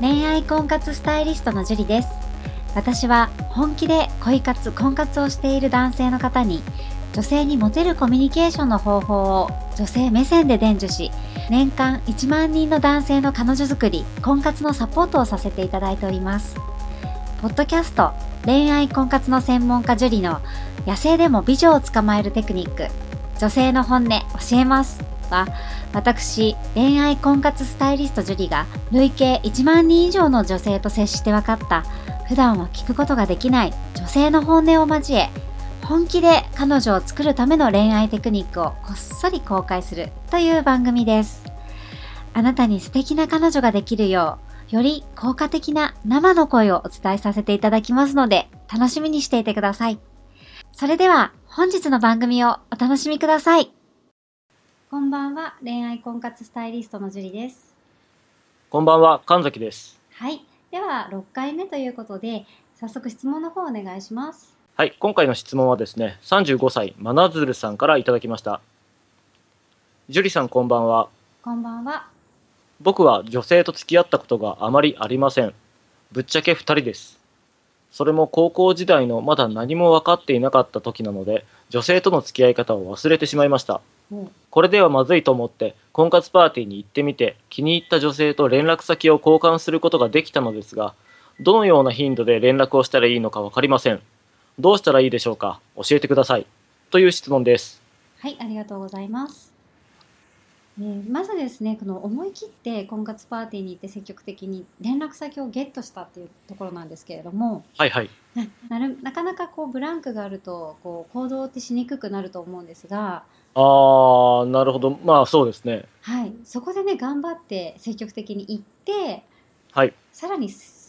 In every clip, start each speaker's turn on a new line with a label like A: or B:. A: 恋愛婚活スタイリストのジュリです私は本気で恋活婚活をしている男性の方に女性にモテるコミュニケーションの方法を女性目線で伝授し年間1万人の男性の彼女作り婚活のサポートをさせていただいておりますポッドキャスト恋愛婚活の専門家ジュリの野生でも美女を捕まえるテクニック女性の本音教えますは私恋愛婚活スタイリストジュリが累計1万人以上の女性と接して分かった普段は聞くことができない女性の本音を交え本気で彼女を作るための恋愛テクニックをこっそり公開するという番組ですあなたに素敵な彼女ができるようより効果的な生の声をお伝えさせていただきますので楽しみにしていてくださいそれでは本日の番組をお楽しみくださいこんばんは恋愛婚活スタイリストのジュリです
B: こんばんは、神崎です。
A: はい、では6回目ということで早速質問の方お願いします
B: はい、今回の質問はですね、35歳、真鶴さんからいただきました。樹里さん、こんばんは。
A: こんばんは
B: 僕は女性と付き合ったことがあまりありません。ぶっちゃけ2人です。それも高校時代のまだ何も分かっていなかった時なので、女性との付き合い方を忘れてしまいました。
A: お
B: これではまずいと思って婚活パーティーに行ってみて気に入った女性と連絡先を交換することができたのですがどのような頻度で連絡をしたらいいのか分かりませんどうしたらいいでしょうか教えてくださいという質問です
A: はいありがとうございます、えーまずですねこの思い切って婚活パーティーに行って積極的に連絡先をゲットしたっていうところなんですけれども
B: はいはい
A: なるなかなかこうブランクがあるとこう行動ってしにくくなると思うんですが
B: あーなるほどまあそうですね
A: はいそこでね頑張って積極的に行って
B: はい
A: さらに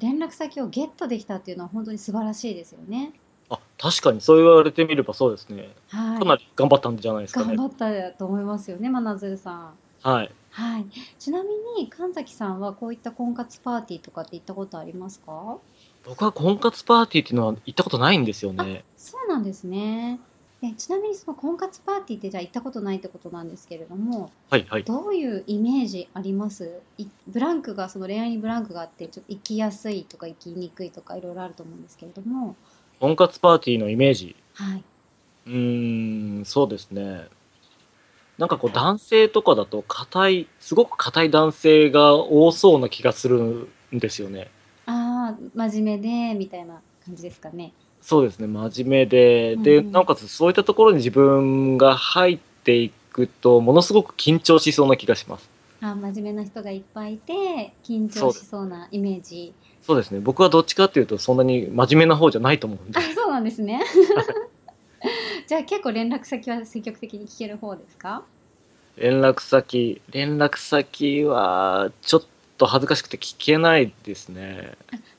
A: 連絡先をゲットできたっていうのは本当に素晴らしいですよね。
B: あ確かにそう言われてみればそうですね
A: はい、
B: かなり頑張ったんじゃないですか
A: 頑
B: ね
A: 張ったと思いますよね、真鶴さん。
B: はい
A: はい。ちなみに神崎さんはこういった婚活パーティーとかって行ったことありますか？
B: 僕は婚活パーティーっていうのは行ったことないんですよね
A: そうなんですね。えちなみにその婚活パーティーってじゃあ行ったことないってことなんですけれども、
B: はいはい
A: どういうイメージあります？いブランクがその恋愛にブランクがあってちょっと行きやすいとか行きにくいとかいろいろあると思うんですけれども、
B: 婚活パーティーのイメージ
A: はい。
B: うーん、そうですね。なんかこう男性とかだと硬い、すごく硬い男性が多そうな気がするんですよね。
A: ああ真面目でみたいな感じですかね。
B: そうですね、真面目で、
A: うん
B: で、なおかつそういったところに自分が入っていくと、ものすごく緊張しそうな気がします。
A: あー真面目な人がいっぱいいて緊張しそうなイメージ。
B: そうですね、僕はどっちかっていうとそんなに真面目な方じゃないと思うん で
A: あ、、そうなんですね。じゃあ結構連絡先は積極的に聞ける方ですか？
B: 連絡先、連絡先はちょっと恥ずかしくて聞けないです ね。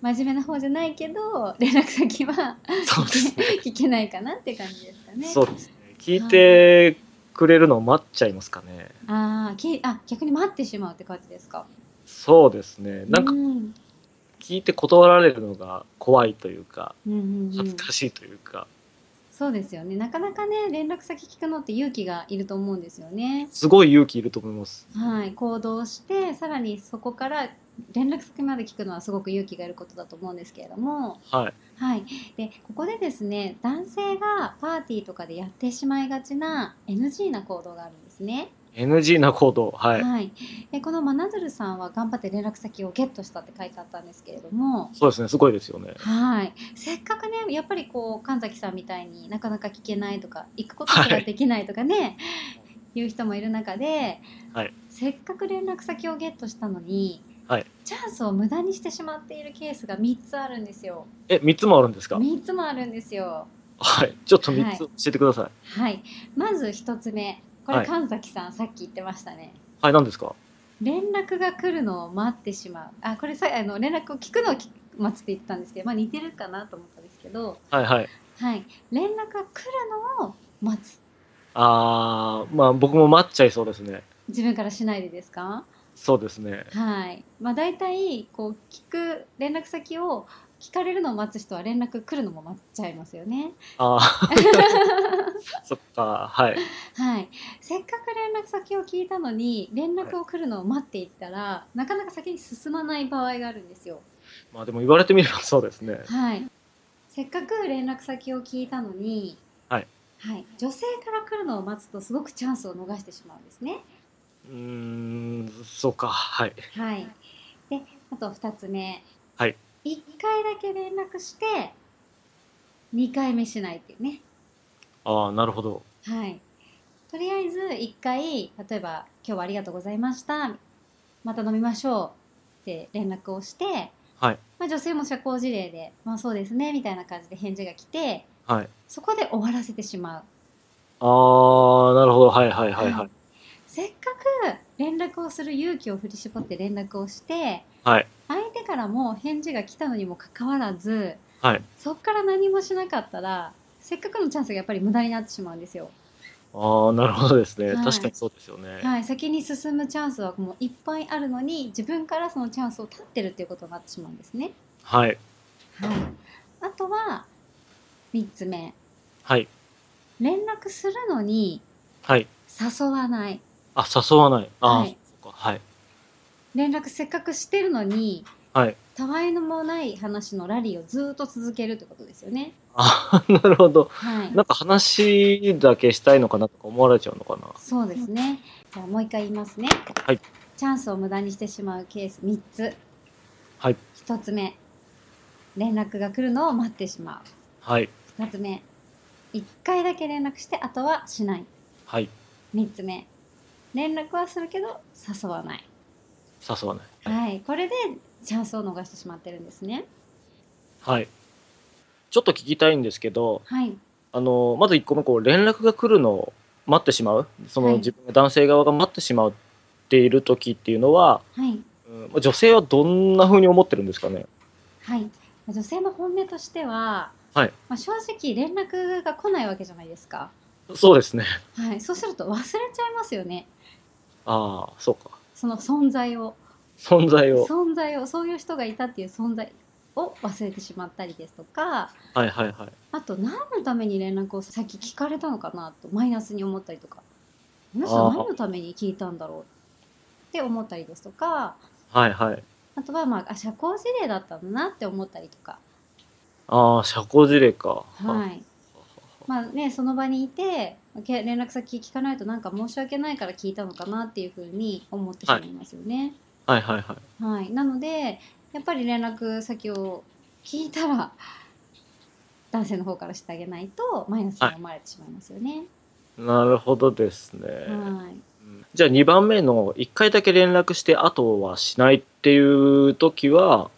A: 真面目な方じゃないけど連絡先は
B: そうですね。
A: 聞けないかなって感じですかね。
B: そうですね。聞いてくれるのを待っちゃいますかね。
A: ああ、きあ逆に待ってしまうって感じですか？
B: そうですね。なんか
A: うん
B: 聞いて断られるのが怖いというか、
A: うんうんう
B: 恥ず
A: ん。
B: かしいというか、
A: そうですよね。なかなかね連絡先聞くのって勇気がいると思うんですよね。
B: すごい勇気いると思います。
A: はい、行動してさらにそこから連絡先まで聞くのはすごく勇気がいることだと思うんですけれども。
B: はい。
A: はい、でここでですね男性がパーティーとかでやってしまいがちな NG な行動があるんですね。
B: NG な行動。は。
A: はいでこの真鶴さんは頑張って連絡先をゲットしたって書いてあったんですけれども。
B: そうですね。すごいですよね。
A: はい、せっかくねやっぱりこう神崎さんみたいになかなか聞けないとか行くことすらできないとかね、い、う人もいる中で、
B: はい
A: せっかく連絡先をゲットしたのに、
B: はい
A: チャンスを無駄にしてしまっているケースが3つあるんですよ。
B: え、3つもあるんですか
A: 3つもあるんですよ。
B: はい。ちょっと3つ
A: は
B: 教えてください。はい、
A: はい、まず一つ目、これ
B: はい
A: 神崎さん、さっき言ってましたね。
B: 何ですか
A: 連絡が来るのを待ってしまう。あ、これさ、あの連絡を聞くのを聞待つって言ってたんですけど、まあ似てるかなと思ったんですけど。
B: はいはい。
A: はい、連絡が来るのを待つ。
B: あー、まあ僕も待っちゃいそうですね。
A: 自分からしないでですか。
B: そうですね。
A: はい、まあだいたいこう聞く連絡先を。 聞かれるのを待つ人は連絡来るのも待っちゃいますよね。
B: あそっか、はい。
A: はい、せっかく連絡先を聞いたのに連絡を来るのを待っていったら、なかなか先に進まない場合があるんですよ。
B: まあでも言われてみればそうですね。
A: はい、せっかく連絡先を聞いたのに、
B: はい
A: はい、女性から来るのを待つとすごくチャンスを逃してしまうんですね。
B: うーん、そうか、はい。
A: はい、であと2つ目、
B: はい、
A: 1回だけ連絡して2回目しないっていうね。
B: ああ、なるほど。
A: はい。とりあえず一回、例えば、今日はありがとうございました。また飲みましょうって連絡をして、
B: はい、
A: まあ、女性も社交辞令で、まあそうですね、みたいな感じで返事が来て、
B: はい。
A: そこで終わらせてしまう。
B: ああ、なるほど、はいはいはいはい。
A: せっかく連絡をする勇気を振り絞って連絡をして、
B: はい、
A: 相手からも返事が来たのにもかかわらず、
B: はい。
A: そこから何もしなかったら、せっかくのチャンスがやっぱり無駄になってしまうんですよ。
B: ああ、なるほどですね。
A: はい
B: 確かにそうですよね。
A: はい、先に進むチャンスはもういっぱいあるのに自分からそのチャンスを絶ってるっていうことになってしまうんですね。
B: はい、
A: はい、あとは3つ目
B: はい、
A: 連絡するのに
B: はい。
A: 誘わない
B: あ、誘わない。ああ、
A: はい
B: そっか、はい。
A: 連絡せっかくしてるのに
B: はい。
A: たわいのもない話のラリーをずっと続けるってことですよね。
B: ああ、なるほど。
A: はい
B: なんか話だけしたいのかなとか思われちゃうのかな。
A: そうですね。じゃあもう一回言いますね。
B: はい
A: チャンスを無駄にしてしまうケース3つ。
B: はい。
A: 1つ目、連絡が来るのを待ってしまう。
B: はい、
A: 2つ目1回だけ連絡してあとはしない
B: はい。
A: 3つ目連絡はするけど誘わない、
B: 誘わない。
A: はい、これでチャンスを逃してしまってるんですね
B: はい。ちょっと聞きたいんですけど、
A: はい
B: あのまず1個目こう連絡が来るのを待ってしまうそ
A: は
B: の
A: い
B: 自分が男性側が待ってしまっている時っていうのは、
A: はい
B: うんまあ女性はどんな風に思ってるんですかね
A: はい女性の本音としては、
B: はい
A: まあ、正直連絡が来ないわけじゃないですか、
B: そうですね
A: はい、そうすると忘れちゃいますよね
B: ああそうか
A: その存在を
B: 存在を
A: 存在をそういう人がいたっていう存在を忘れてしまったりですとか
B: はいはいはい
A: あと何のために連絡をさっき聞かれたのかなとマイナスに思ったりとかあの人
B: あー
A: 何のために聞いたんだろうって思ったりですとか
B: はいはい
A: あとはまああ社交辞令だったんだなって思ったりとか、
B: ああ社交辞令か
A: はいまあね、その場にいてけ連絡先聞かないとなんか申し訳ないから聞いたのかなっていうふうに思ってしまいますよね。
B: はいはいはい
A: はいなのでやっぱり連絡先を聞いたら 男性の方からしてあげないとマイナスに思われてしまいますよね。
B: なるほどですね、
A: はい
B: うんじゃあ2番目の1回だけ連絡してあとはしないっていう時は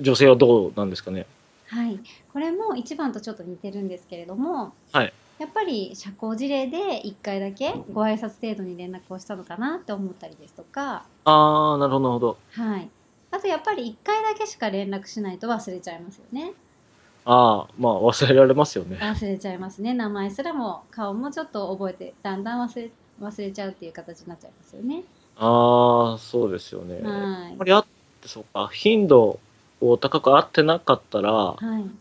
B: 女性はどうなんですかね
A: はい、これも1番とちょっと似てるんですけれども、
B: はい
A: やっぱり社交辞令で1回だけご挨拶程度に連絡をしたのかなって思ったりですとか、
B: ああなるほどなるほど
A: はい、あとやっぱり1回だけしか連絡しないと忘れちゃいますよね
B: ああまあ忘れられますよね
A: 忘れちゃいますね名前すらも顔もちょっと覚えてだんだん忘れ忘れちゃうっていう形になっちゃいますよね。
B: ああ、そうですよね。や
A: は
B: っ
A: い
B: ぱりあって、そうか、頻度を高く合ってなかったら、
A: はい、
B: うん、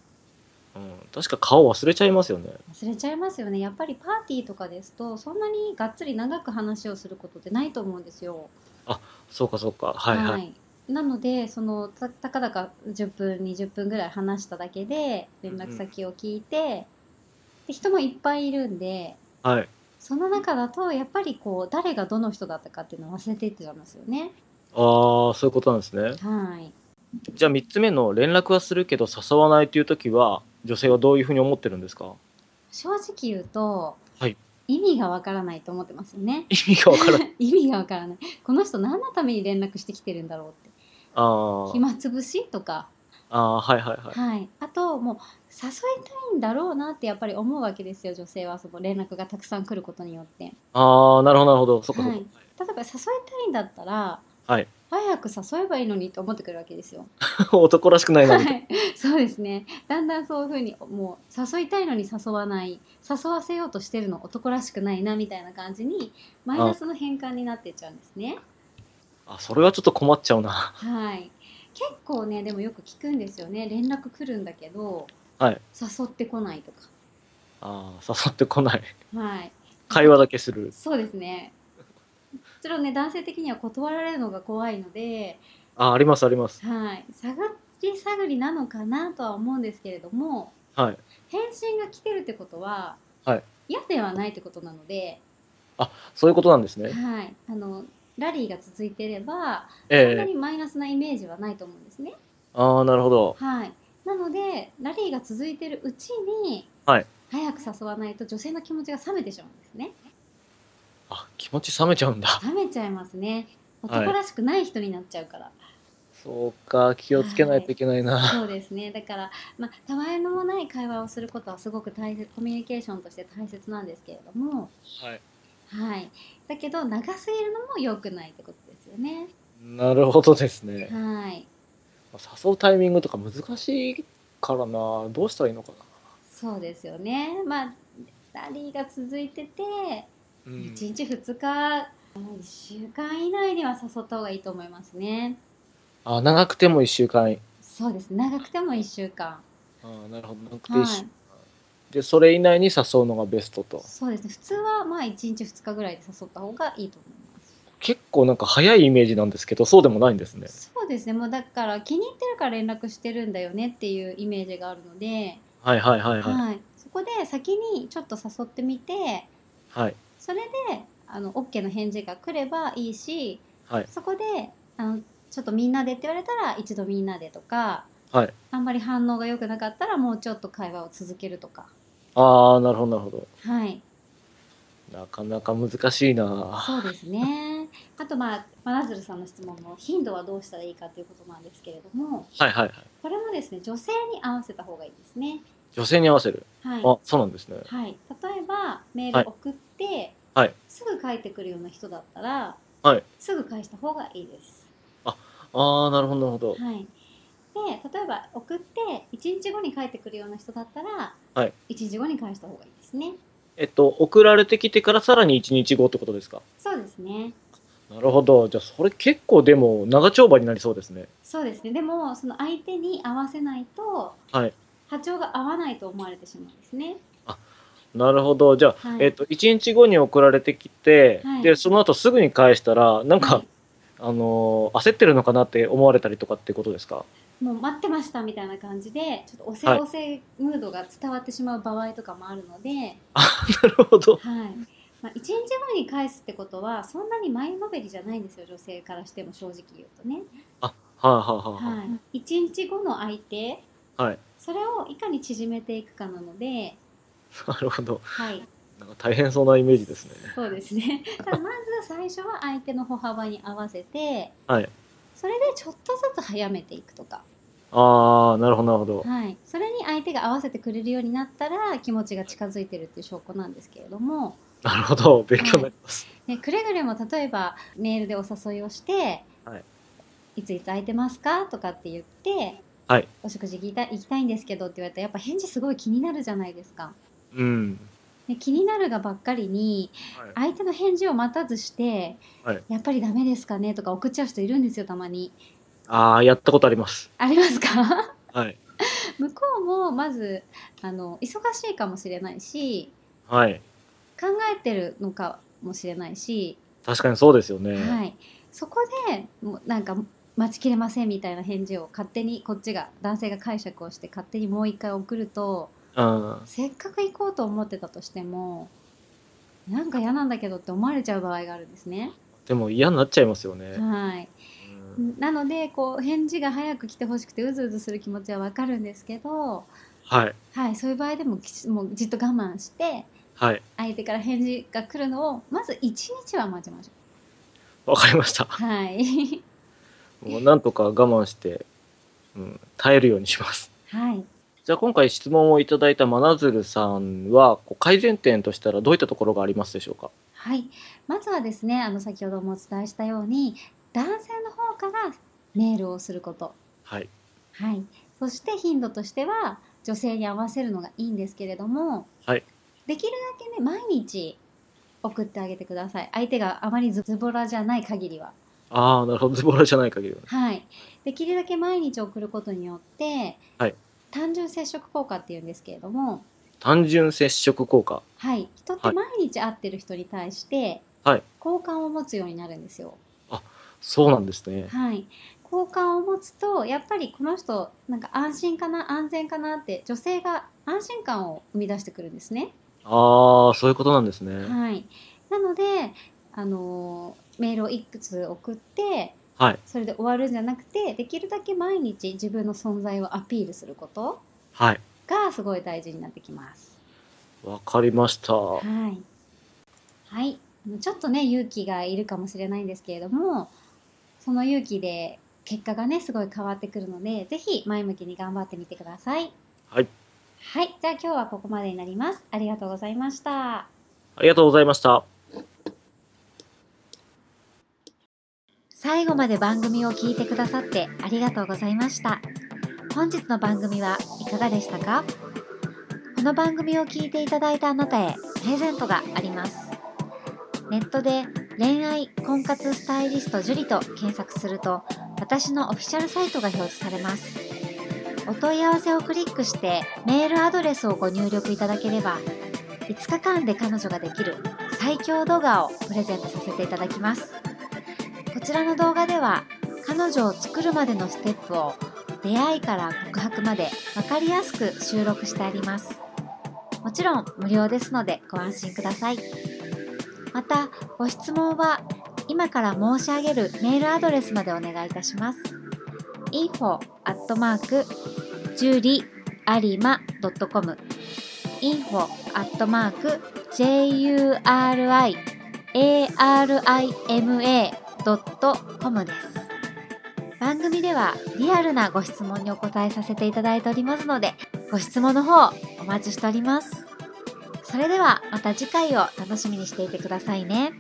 B: 確か顔忘れちゃいますよね。
A: 忘れちゃいますよねやっぱりパーティーとかですとそんなにがっつり長く話をすることってないと思うんですよ。
B: そうか、そうか。はいはい。
A: なのでそのたたかだか10分20分ぐらい話しただけで連絡先を聞いて、で人もいっぱいいるんで
B: はい。
A: その中だとやっぱりこう誰がどの人だったかっていうのを忘れていってしまいますよね。
B: ああ、そういうことなんですね。
A: はい
B: じゃあ3つ目の連絡はするけど誘わないという時は、女性はどういうふうに思ってるんですか
A: 正直言うと、
B: はい。
A: 意味がわからないと思ってますよね
B: 意味がわから ない。
A: 意味がわからないこの人何のために連絡してきてるんだろうって
B: あー
A: 暇つぶしとか
B: あー、はいはいはい。
A: はい、あともう誘いたいんだろうなってやっぱり思うわけですよ女性はその連絡がたくさん来ることによって例え
B: ああ、なるほどなるほど。そっかそっか。
A: はいば誘いたいんだったら
B: はい。
A: 早く誘えばいいのにと思ってくるわけですよ
B: 男らしくないな
A: は
B: みたい
A: い そうですねだんだんそういうふうにもう誘いたいのに誘わない誘わせようとしてるの男らしくないなみたいな感じにマイナスの変換になっていっちゃうんですね
B: な。あ、それはちょっと困っちゃうな。
A: はい結構ねでもよく聞くんですよね連絡来るんだけど、
B: はい
A: 誘ってこないとか
B: ああ、誘ってこない。
A: はい
B: 会話だけする。
A: そうですねそれをね男性的には断られるのが怖いので
B: ああ、ありますあります。
A: はい探り探りなのかなとは思うんですけれども
B: はい。
A: 返信が来てるってことは、
B: はい
A: 嫌ではないってことなので、
B: そういうことなんですね。
A: はい、あのラリーが続いてればそんな
B: ええ
A: にマイナスなイメージはないと思うんですね。
B: ああ、なるほど。
A: はい、なのでラリーが続いてるうちに、
B: はい
A: 早く誘わないと女性の気持ちが冷めてしまうんですね。
B: あ、気持ち冷めちゃうんだ。
A: 冷めちゃいますね
B: はい
A: 男らしくない人になっちゃうから、
B: そうか、気をつけないといけないな。
A: そうですねだから、まあ、たわいのもない会話をすることはすごく大切コミュニケーションとして大切なんですけれども、
B: はい。
A: はい、だけど長すぎるのも良くないってことですよね。
B: なるほどですね。
A: はい
B: 誘うタイミングとか難しいからな。どうしたらいいのか
A: そうですよねまあラリーが続いてて
B: な。う
A: 1
B: ん
A: 日2日、1週間以内には誘った方がいいと思いますね
B: あ、長くても1週間。
A: そうです長くても1週間
B: ああ、なるほど。長くて
A: は
B: 1
A: い
B: 週間。で、それ以内に誘うのがベストと。
A: そうですね普通はまあ1日2日ぐらいで誘った方がいいと思います
B: 結構なんか早いイメージなんですけど、そうでもないんですね。
A: そうですねもうだから気に入ってるから連絡してるんだよねっていうイメージがあるので、
B: はいはいはい
A: はい
B: はい。
A: そこで先にちょっと誘ってみて
B: はい。
A: それであの OK の返事が来ればいいし、
B: はい
A: そこであのちょっとみんなでって言われたら一度みんなでとか、
B: はい
A: あんまり反応が良くなかったらもうちょっと会話を続けるとか、
B: ああ、なるほどなるほど。
A: はい、
B: なかなか難しいな。
A: そうですねあとまあ真鶴さんの質問の頻度はどうしたらいいかということなんですけれども
B: はいはいはい。
A: これもですね女性に合わせた方がいいですね。
B: 女性に合わせる。
A: はい
B: あ、そうなんですね。
A: はい、例えばメール送って、
B: はい
A: すぐ返ってくるような人だったら、
B: はい
A: すぐ返した方がいいです。
B: ああ、なるほどなるほど。
A: はい、で例えば送って1日後に帰ってくるような人だったら、
B: はい
A: 1日後に返した方がいいですね
B: えっと、送られてきてからさらに1日後ってことですか
A: そうですね
B: なるほど。じゃあ、それ結構でも長丁場になりそうですね。
A: そうですねでもその相手に合わせないと、
B: はい
A: 波長が合わないと思われてしまうんですね
B: なるほど。じゃあ、
A: はい
B: えっと、1日後に送られてきて、
A: はい
B: で、その後すぐに返したら、なんか、
A: はい
B: あのー焦ってるのかなって思われたりとかってことで すか
A: もう待ってましたみたいな感じでちょっとおせ
B: はい
A: おせムードが伝わってしまう場合とかもあるので、はい
B: なるほど。
A: まあ、1日後に返すってことはそんなに前のめりじゃないんですよ女性からしても正直言うとね、
B: はいはいはいはい。
A: はい、1日後の相手
B: はい。
A: それをいかに縮めていくかなので、
B: なるほど。
A: はい、
B: なんか大変そうなイメージですね。
A: そうです ね。ただまず最初は相手の歩幅に合わせて、
B: はい。
A: それでちょっとずつ早めていくとか、
B: ああ、なるほど、なるほど。
A: はい、それに相手が合わせてくれるようになったら気持ちが近づいてるっていう証拠なんですけれども、
B: なるほど。勉強になります。
A: ね、くれぐれも例えばメールでお誘いをして、、
B: はい
A: ついつ空いてますかとかって言って、
B: はい
A: お食事行きたい行きたいんですけどって言われたらやっぱ返事すごい気になるじゃないですか。
B: うん。
A: ね、気になるがばっかりに
B: はい
A: 相手の返事を待たずして、
B: はい
A: やっぱりダメですかねとか送っちゃう人いるんですよたまに
B: ああ、やったことあります。
A: ありますか
B: はい。
A: 向こうもまずあの忙しいかもしれないし
B: はい。
A: 考えてるのかもしれないし、
B: 確かにそうですよね。
A: はい、そこでもうなんか待ちきれませんみたいな返事を勝手にこっちが男性が解釈をして勝手にもう一回送ると
B: うん。
A: せっかく行こうと思ってたとしてもなんか嫌なんだけどって思われちゃう場合があるんですね。
B: でも嫌になっちゃいますよね。
A: はい
B: うん
A: なのでこう返事が早く来てほしくてうずうずする気持ちはわかるんですけど、
B: はい。
A: はい、そういう場合でもきちもうじっと我慢して
B: はい。
A: 相手から返事が来るのをまず1日は待ちましょ
B: わかりました。
A: う。はい、
B: もうなんとか我慢して、うん、耐えるようにします。
A: はい、
B: じゃあ今回質問をいただいた真鶴さんは、こう改善点としたらどういったところがありますでしょうか
A: はい、まずはですねあの先ほどもお伝えしたように男性の方からメールをすること、
B: はい。
A: はい、そして頻度としては女性に合わせるのがいいんですけれども、
B: はい
A: できるだけね毎日送ってあげてください相手があまりズズボラじゃない限りは。
B: ああ、なるほど。ズボラじゃない限りはね。
A: はい、できるだけ毎日送ることによって、
B: はい
A: 単純接触効果っていうんですけれども
B: 単純接触効果。
C: はい、人って
B: はい
C: 毎日会ってる人に対して、
B: はい
C: 好感を持つようになるんですよ。
B: そうなんですね。
C: はい、好感を持つとやっぱりこの人なんか安心かな安全かなって女性が安心感を生み出してくるんですね。
B: ああ、そういうことなんですね。
C: はい、なので、あのーメールをいくつ送って
B: はい。
C: それで終わるんじゃなくてできるだけ毎日自分の存在をアピールすること
B: はい。
C: がすごい大事になってきます。
B: わかりました。
C: はい、はい、あのちょっとね勇気がいるかもしれないんですけれどもその勇気で結果がねすごい変わってくるのでぜひ前向きに頑張ってみてください。
B: はい、
C: はい、じゃあ今日はここまでになります。ありがとうございました。
B: ありがとうございました。
A: 最後まで番組を聞いてくださってありがとうございました本日の番組はいかがでしたかこの番組を聞いていただいたあなたへプレゼントがありますネットで恋愛婚活スタイリスト樹里と検索すると私のオフィシャルサイトが表示されますお問い合わせをクリックしてメールアドレスをご入力いただければ5日間で彼女ができる最強動画をプレゼントさせていただきますこちらの動画では彼女を作るまでのステップを出会いから告白まで分かりやすく収録してありますもちろん無料ですのでご安心くださいまたご質問は今から申し上げるメールアドレスまでお願いいたします info at mark juriarima.com info at mark juriarima .com です番組ではリアルなご質問にお答えさせていただいておりますのでご質問の方お待ちしておりますそれではまた次回を楽しみにしていてくださいね